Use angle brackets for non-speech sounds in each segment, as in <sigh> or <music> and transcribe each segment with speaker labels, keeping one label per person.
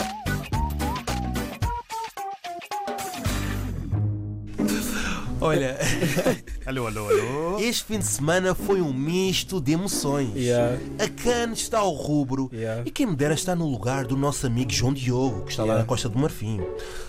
Speaker 1: <laughs> Olha,
Speaker 2: Alô, alô, alô.
Speaker 3: Este fim de semana foi um misto de emoções.
Speaker 1: Yeah.
Speaker 3: A Cannes está ao rubro
Speaker 1: Yeah.
Speaker 3: e quem me dera está no lugar do nosso amigo João Diogo, que está lá
Speaker 1: Yeah.
Speaker 3: na Costa do Marfim.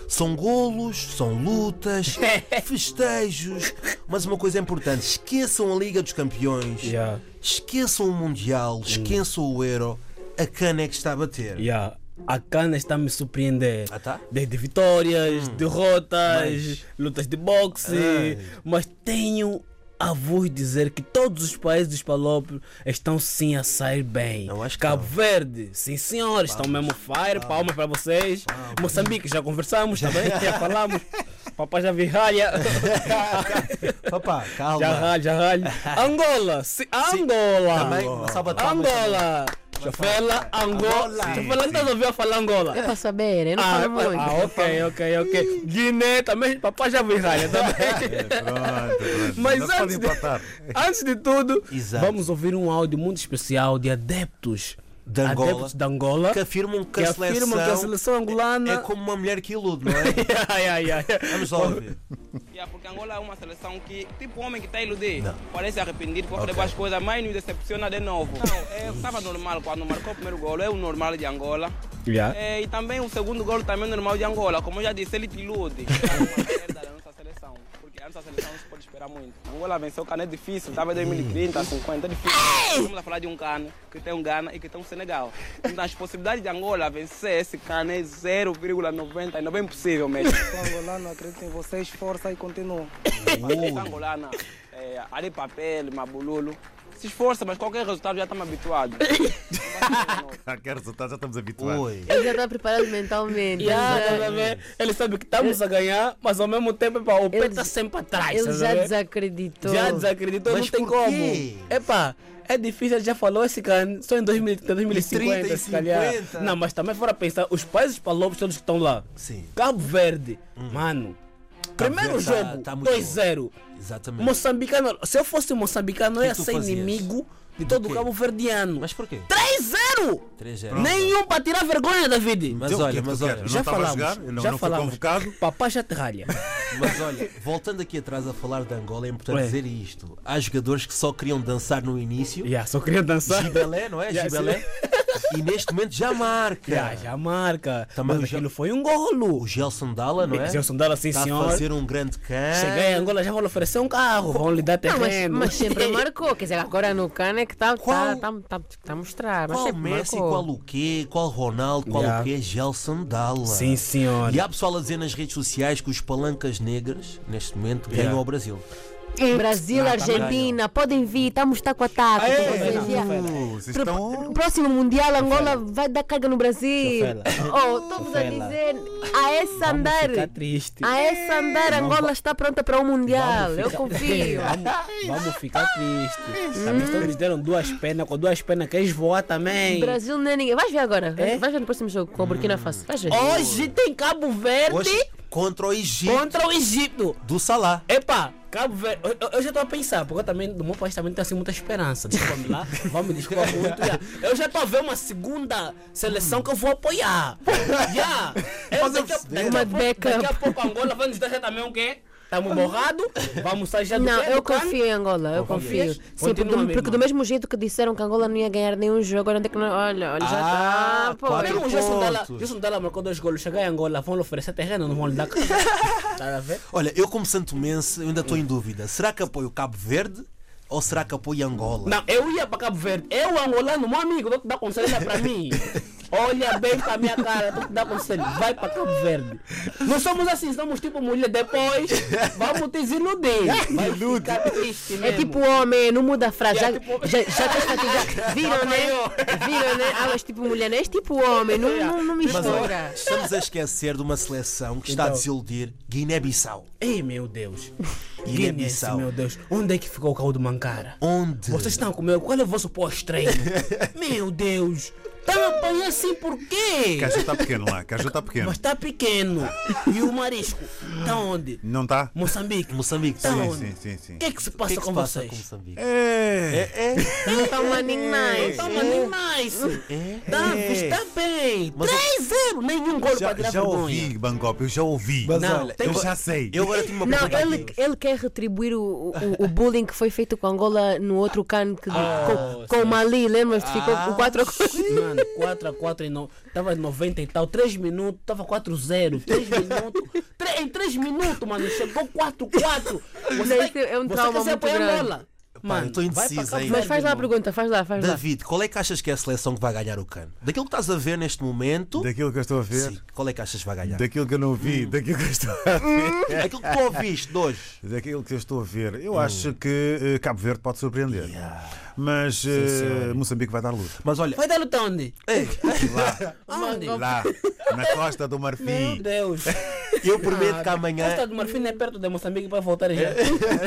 Speaker 3: São golos, são
Speaker 1: <laughs>
Speaker 3: lutas, festejos, mas uma coisa importante: esqueçam a Liga dos Campeões,
Speaker 1: Yeah. Mm.
Speaker 3: esqueçam o Mundial, esqueçam o Euro. A Cannes é que está a bater.
Speaker 1: yeah, a Cana está a me surpreender.
Speaker 3: Ah, tá?
Speaker 1: Desde vitórias,
Speaker 3: Mm.
Speaker 1: derrotas, lutas de boxe. Mas tenho a vos dizer que todos os países dos palopos estão sim a sair bem.
Speaker 3: Eu acho que
Speaker 1: Cabo
Speaker 3: não.
Speaker 1: Verde, sim senhores, estão mesmo fire, palmas para vocês. Moçambique, já conversamos também, já
Speaker 3: <laughs>
Speaker 1: falamos. Papai já virralha.
Speaker 3: Papá, calma.
Speaker 1: Já ralho,
Speaker 3: <laughs>
Speaker 1: já ralho. Angola! Se, Angola!
Speaker 3: Também, uma salva de palmas
Speaker 1: Angola! Chofela, Angola!
Speaker 2: Sim,
Speaker 1: Chofela, não
Speaker 2: sim.
Speaker 1: ouviu tá falar Angola?
Speaker 4: É pra saber, eu não
Speaker 1: Ah,
Speaker 4: falo muito.
Speaker 1: ah, ok, ok, ok. Guiné também, papai já viu Israel
Speaker 3: <laughs> É,
Speaker 1: também. <laughs>
Speaker 2: Pronto, pronto.
Speaker 1: Mas
Speaker 2: Nós podemos
Speaker 1: antes de-
Speaker 2: empatar.
Speaker 1: Antes de tudo,
Speaker 3: Exato.
Speaker 1: vamos ouvir um áudio muito especial de adeptos
Speaker 3: De Angola.
Speaker 1: adeptos de Angola
Speaker 3: Que afirmam que,
Speaker 1: que
Speaker 3: a seleção
Speaker 1: afirmam que a seleção angolana.
Speaker 3: é como uma mulher que ilude, não é?
Speaker 1: <laughs> Ai, ai, ai.
Speaker 3: Vamos lá ouvir.
Speaker 5: Yeah, porque Angola é uma seleção que, tipo homem que está a iludir,
Speaker 3: Não.
Speaker 5: parece arrependido, corre depois as coisas, mas nos decepciona de novo. Não, estava normal quando marcou o primeiro gol, é o normal de Angola.
Speaker 1: Yeah.
Speaker 5: É, e também o segundo gol também é normal de Angola, como eu já disse, ele te ilude. É uma merda da nossa seleção, porque a nossa seleção não se pode esperar muito. Angola venceu o Cana, é difícil, estava em 2030, 50, é difícil. Estamos a falar de um Cana, que tem um Gana e que tem um Senegal. Então as possibilidades de Angola vencer esse Cana é 0,99, é impossível mesmo.
Speaker 6: Sou angolano, acredito em vocês, força e continua.
Speaker 5: Patrícia angolana, é, ali papel, mabululu. Se esforça, mas qualquer resultado já estamos habituados.
Speaker 2: Qualquer Tá, é resultado, já estamos habituados.
Speaker 3: Oi.
Speaker 1: ah.
Speaker 4: Ele já tá preparado mentalmente.
Speaker 1: Yeah,
Speaker 4: ele já-
Speaker 1: tá vendo? Ele sabe que estamos a ganhar, mas ao mesmo tempo pá, o pé
Speaker 4: Ele
Speaker 1: está
Speaker 4: des-
Speaker 1: sempre atrás.
Speaker 4: Ele
Speaker 1: tá
Speaker 4: já
Speaker 1: vendo?
Speaker 4: desacreditou.
Speaker 1: Já desacreditou,
Speaker 3: Mas
Speaker 1: não tem
Speaker 3: por
Speaker 1: como.
Speaker 3: quê?
Speaker 1: Epá, é difícil, ele já falou esse cara só em 2000, 2050,
Speaker 3: 30 e
Speaker 1: se calhar.
Speaker 3: 50.
Speaker 1: Não, mas também fora pensar, os países palopos todos que estão lá.
Speaker 3: Sim. Hum.
Speaker 1: Cabo Verde, mano. Primeiro
Speaker 3: Verde tá-
Speaker 1: jogo,
Speaker 3: tá muito
Speaker 1: 2-0.
Speaker 3: Exatamente.
Speaker 1: Moçambicano, se eu fosse moçambicano, eu
Speaker 3: Que
Speaker 1: ia
Speaker 3: tu
Speaker 1: ser
Speaker 3: fazias?
Speaker 1: inimigo de todo
Speaker 3: quê?
Speaker 1: o Cabo Verdeano.
Speaker 3: Mas porquê?
Speaker 1: 3-0!
Speaker 3: 3-0.
Speaker 1: Nenhum para tirar vergonha, David.
Speaker 3: Mas
Speaker 2: Então, o que
Speaker 3: olha,
Speaker 2: é que
Speaker 3: mas
Speaker 2: tu
Speaker 3: olha,
Speaker 2: queres? Eu não
Speaker 1: já
Speaker 2: tava a
Speaker 1: falamos,
Speaker 2: jogar, eu não-
Speaker 1: já
Speaker 2: não fui
Speaker 1: falamos.
Speaker 2: convocado.
Speaker 1: Papai já te ralha.
Speaker 3: mas olha, voltando aqui atrás a falar de Angola, é importante
Speaker 1: Ué.
Speaker 3: dizer isto. Há jogadores que só queriam dançar no início.
Speaker 1: <laughs> yeah, só queria dançar.
Speaker 3: Gibelé, não é?
Speaker 1: <laughs> Yeah,
Speaker 3: Gibelé.
Speaker 1: <laughs>
Speaker 3: E neste momento já marca.
Speaker 1: Já, já marca.
Speaker 3: Também
Speaker 1: Mas
Speaker 3: já-
Speaker 1: aquilo foi um golo.
Speaker 3: O Gelson Dala, não é?
Speaker 1: Gelson Dala, sim,
Speaker 3: Está
Speaker 1: assim, senhor.
Speaker 3: a fazer um grande can.
Speaker 1: Cheguei em Angola, já vão lhe oferecer um carro, vão lhe dar
Speaker 4: É. Não, mas,
Speaker 1: terreno.
Speaker 4: mas
Speaker 1: <laughs>
Speaker 4: sempre é marcou. Quer dizer, agora no Cana é que tá,
Speaker 3: Qual-
Speaker 4: tá, tá, tá, tá a mostrar. Mas
Speaker 3: Qual
Speaker 4: sempre
Speaker 3: Messi,
Speaker 4: marcou.
Speaker 3: qual o quê? Qual Ronaldo, qual
Speaker 1: Yeah.
Speaker 3: o quê? Gelson Dala.
Speaker 1: Sim, senhor.
Speaker 3: E
Speaker 1: <laughs>
Speaker 3: há pessoal a dizer nas redes sociais que os palancas negras, neste momento,
Speaker 1: Yeah.
Speaker 3: ganham ao Brasil.
Speaker 4: Brasil, Argentina, podem vir, estamos taco a taco.
Speaker 1: tá
Speaker 4: tipo
Speaker 1: Aê,
Speaker 4: com vocês,
Speaker 1: não,
Speaker 4: yeah.
Speaker 2: Uh, Vocês
Speaker 4: ah, Pro-
Speaker 2: estão.
Speaker 4: Próximo Mundial, Angola vai dar carga no Brasil.
Speaker 1: Chofela.
Speaker 4: Oh, estamos a
Speaker 1: Chofela.
Speaker 4: dizer, a esse andar,
Speaker 1: Fica triste.
Speaker 4: a esse andar, Angola está pronta para o Mundial.
Speaker 1: Vamos
Speaker 4: Eu
Speaker 1: ficar-
Speaker 4: confio.
Speaker 1: <laughs> Vamos, vamos ficar tristes. Sabe, então eles deram duas penas, com duas penas que eles voam também.
Speaker 4: Brasil não é ninguém. Vais ver agora.
Speaker 1: É? Oh,
Speaker 4: Vais ver no próximo jogo com a Burkina Faso. Vais ver.
Speaker 1: Hoje tem Cabo Verde
Speaker 3: Hoje, contra o Egito,
Speaker 1: contra o Egito.
Speaker 3: do Salah.
Speaker 1: Epá, Cabo Verde, eu, eu- eu já estou a pensar, porque eu também, do meu país também não tenho assim muita esperança.
Speaker 3: <laughs>
Speaker 1: Desculpa-me lá, vão me desculpar muito. já. Eu já estou a ver uma segunda seleção que eu
Speaker 3: <laughs>
Speaker 1: vou apoiar. Já! Eu
Speaker 3: Fazer
Speaker 1: daqui, a,
Speaker 3: um-
Speaker 1: daqui, a
Speaker 4: Uma
Speaker 1: pouco,
Speaker 4: backup.
Speaker 1: daqui a pouco Angola vai nos deixar também o quê? Estamos borrados, vamos sair já do
Speaker 4: Uhum. Não,
Speaker 1: quê?
Speaker 4: eu
Speaker 1: Do cano?
Speaker 4: confio em Angola, eu confio.
Speaker 1: Confias?
Speaker 4: Sim, porque,
Speaker 1: Continua,
Speaker 4: do,
Speaker 1: meu
Speaker 4: porque do
Speaker 1: irmão.
Speaker 4: mesmo jeito que disseram que Angola não ia ganhar nenhum jogo, agora onde é que não. Olha, olha, já
Speaker 3: Ah,
Speaker 4: está.
Speaker 3: quatro
Speaker 1: Mesmo o
Speaker 4: pô.
Speaker 1: Gerson Dalla,
Speaker 3: pontos.
Speaker 1: Gerson Dalla marcou dois golos, chegar em Angola, vão lhe oferecer terreno, não vão
Speaker 4: <laughs>
Speaker 1: lhe dar casa. Tá a ver?
Speaker 3: Olha, eu como santomense, eu ainda estou em dúvida. Será que apoio Cabo Verde ou será que apoio Angola?
Speaker 1: Não, eu ia para Cabo Verde. Eu, angolano, meu amigo, vou te dar conselho olha para mim. Olha bem para minha cara, vou te dar conselho. Vai para Cabo Verde. Não somos assim, somos tipo mulher. Depois vamos te
Speaker 3: <laughs>
Speaker 1: desiludir. Vai ficar triste
Speaker 4: É
Speaker 1: mesmo.
Speaker 4: tipo homem, não muda a frase. Já,
Speaker 1: É tipo-
Speaker 4: já, já estás fatigado. Viram, né? Viram, né? Ah, mas tipo mulher, não és tipo homem, não, não, não
Speaker 3: Mas olha,
Speaker 4: mistura.
Speaker 3: estamos a esquecer de uma seleção que está a
Speaker 1: Então.
Speaker 3: desiludir Guiné-Bissau.
Speaker 1: Ei, meu Deus.
Speaker 3: Guiné-Bissau.
Speaker 1: Guiné-Bissau. Meu Deus. Onde é que ficou o caldo mancara?
Speaker 3: Onde? <laughs>
Speaker 1: Vocês estão a comer? Qual é o vosso pós-treino? Meu Deus! Tá Tá me apanhando assim por quê?
Speaker 2: Caju está pequeno lá, Caju está pequeno.
Speaker 1: Mas tá pequeno. E o marisco? Tá onde?
Speaker 2: Não está?
Speaker 1: Moçambique.
Speaker 3: Moçambique,
Speaker 1: Tá
Speaker 3: sim.
Speaker 1: onde?
Speaker 2: Sim, sim, sim.
Speaker 1: O que é que se
Speaker 3: O
Speaker 1: passa
Speaker 3: que é que
Speaker 1: com
Speaker 3: se passa com
Speaker 1: vocês?
Speaker 3: Moçambique?
Speaker 2: É,
Speaker 3: É,
Speaker 4: Não tá uma nem nice.
Speaker 1: Tá mandando nice.
Speaker 3: é,
Speaker 1: Davis, tá bem.
Speaker 3: Mas eu-
Speaker 1: 3-0. Nenhum gol
Speaker 2: já,
Speaker 1: para tirar
Speaker 2: já
Speaker 1: vergonha.
Speaker 2: ouvi, Bangkok, eu já ouvi.
Speaker 3: Mas
Speaker 1: Não,
Speaker 3: olha,
Speaker 1: tem-
Speaker 2: eu já sei.
Speaker 3: Eu agora tenho uma
Speaker 4: Não,
Speaker 3: pergunta
Speaker 4: ele,
Speaker 3: aqui.
Speaker 4: ele quer retribuir o, o, o bullying que foi feito com Angola no outro cano que, com, com o Mali, lembras-te? Ficou o 4 a
Speaker 1: Mano,
Speaker 4: 4.
Speaker 1: 4x4 em no... Tava 90 e tal, 3 minutos, tava 4-0, 3 minutos. Tre- Em 3 minutos, mano, chegou 4x4. Você,
Speaker 4: Isso é um
Speaker 1: você
Speaker 4: trauma
Speaker 1: quer se
Speaker 4: muito
Speaker 1: apoiar
Speaker 4: grande.
Speaker 1: Angola? Mano,
Speaker 3: eu tô
Speaker 1: vai pra
Speaker 3: indeciso
Speaker 1: Cabo
Speaker 3: ainda.
Speaker 1: Verde,
Speaker 4: Mas faz lá a
Speaker 1: mano.
Speaker 4: pergunta, faz lá, faz lá.
Speaker 3: David, qual é que achas que é a seleção que vai ganhar o cano? Daquilo que estás a ver neste momento,
Speaker 2: Daquilo que eu estou a ver,
Speaker 3: sim, qual é que achas que vai ganhar?
Speaker 2: daquilo que eu não vi, daquilo que eu estou a ver.
Speaker 3: Aquilo que tu ouviste hoje.
Speaker 2: Daquilo que eu estou a ver, eu acho que eh, Cabo Verde pode surpreender. Mas eh, Moçambique vai dar luta.
Speaker 3: Mas olha,
Speaker 1: Vai dar luta onde? Onde?
Speaker 2: Lá, na costa do Marfim.
Speaker 1: Meu Deus.
Speaker 3: eu prometo que
Speaker 1: Costa
Speaker 3: amanhã.
Speaker 1: do Marfim não é perto de Moçambique para voltar já.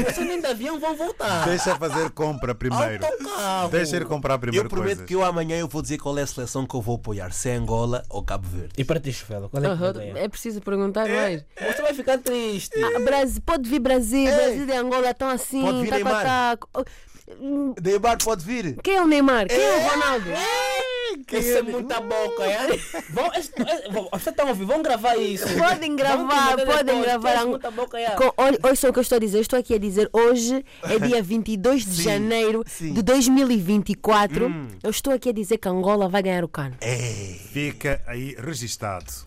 Speaker 1: Você nem de avião vão voltar.
Speaker 2: Deixa fazer compra primeiro.
Speaker 1: Autocarro.
Speaker 2: Deixa ir comprar primeiro.
Speaker 3: Eu prometo
Speaker 2: coisas.
Speaker 3: que eu amanhã eu vou dizer qual é a seleção que eu vou apoiar, se é Angola ou Cabo Verde.
Speaker 1: E para ti, Chufela, qual é que
Speaker 4: Aham,
Speaker 1: vai ganhar?
Speaker 4: é preciso perguntar mais.
Speaker 1: Você vai ficar triste.
Speaker 4: Ah, Brasil, pode vir Brasil, Brasil e Angola estão assim,
Speaker 3: Pode vir
Speaker 4: taco a
Speaker 3: Neymar.
Speaker 4: taco. Oh,
Speaker 3: Neymar pode vir.
Speaker 4: Quem é o Neymar? Quem é o
Speaker 3: <laughs>
Speaker 4: Ronaldo?
Speaker 1: Isso é muita boca, é? Vão, es- é, vão- vocês estão a ouvir? Vão gravar isso.
Speaker 4: Podem
Speaker 1: Vão te
Speaker 4: gravar,
Speaker 1: mandar
Speaker 4: podem
Speaker 1: depois.
Speaker 4: gravar.
Speaker 1: Isso é muita boca, é?
Speaker 4: Com, olha, olha só o que eu estou a dizer. Eu estou aqui a dizer hoje é dia 22 de
Speaker 3: Sim,
Speaker 4: janeiro
Speaker 3: sim.
Speaker 4: de 2024. Eu estou aqui a dizer que Angola vai ganhar o cano.
Speaker 3: É.
Speaker 2: Fica aí registado.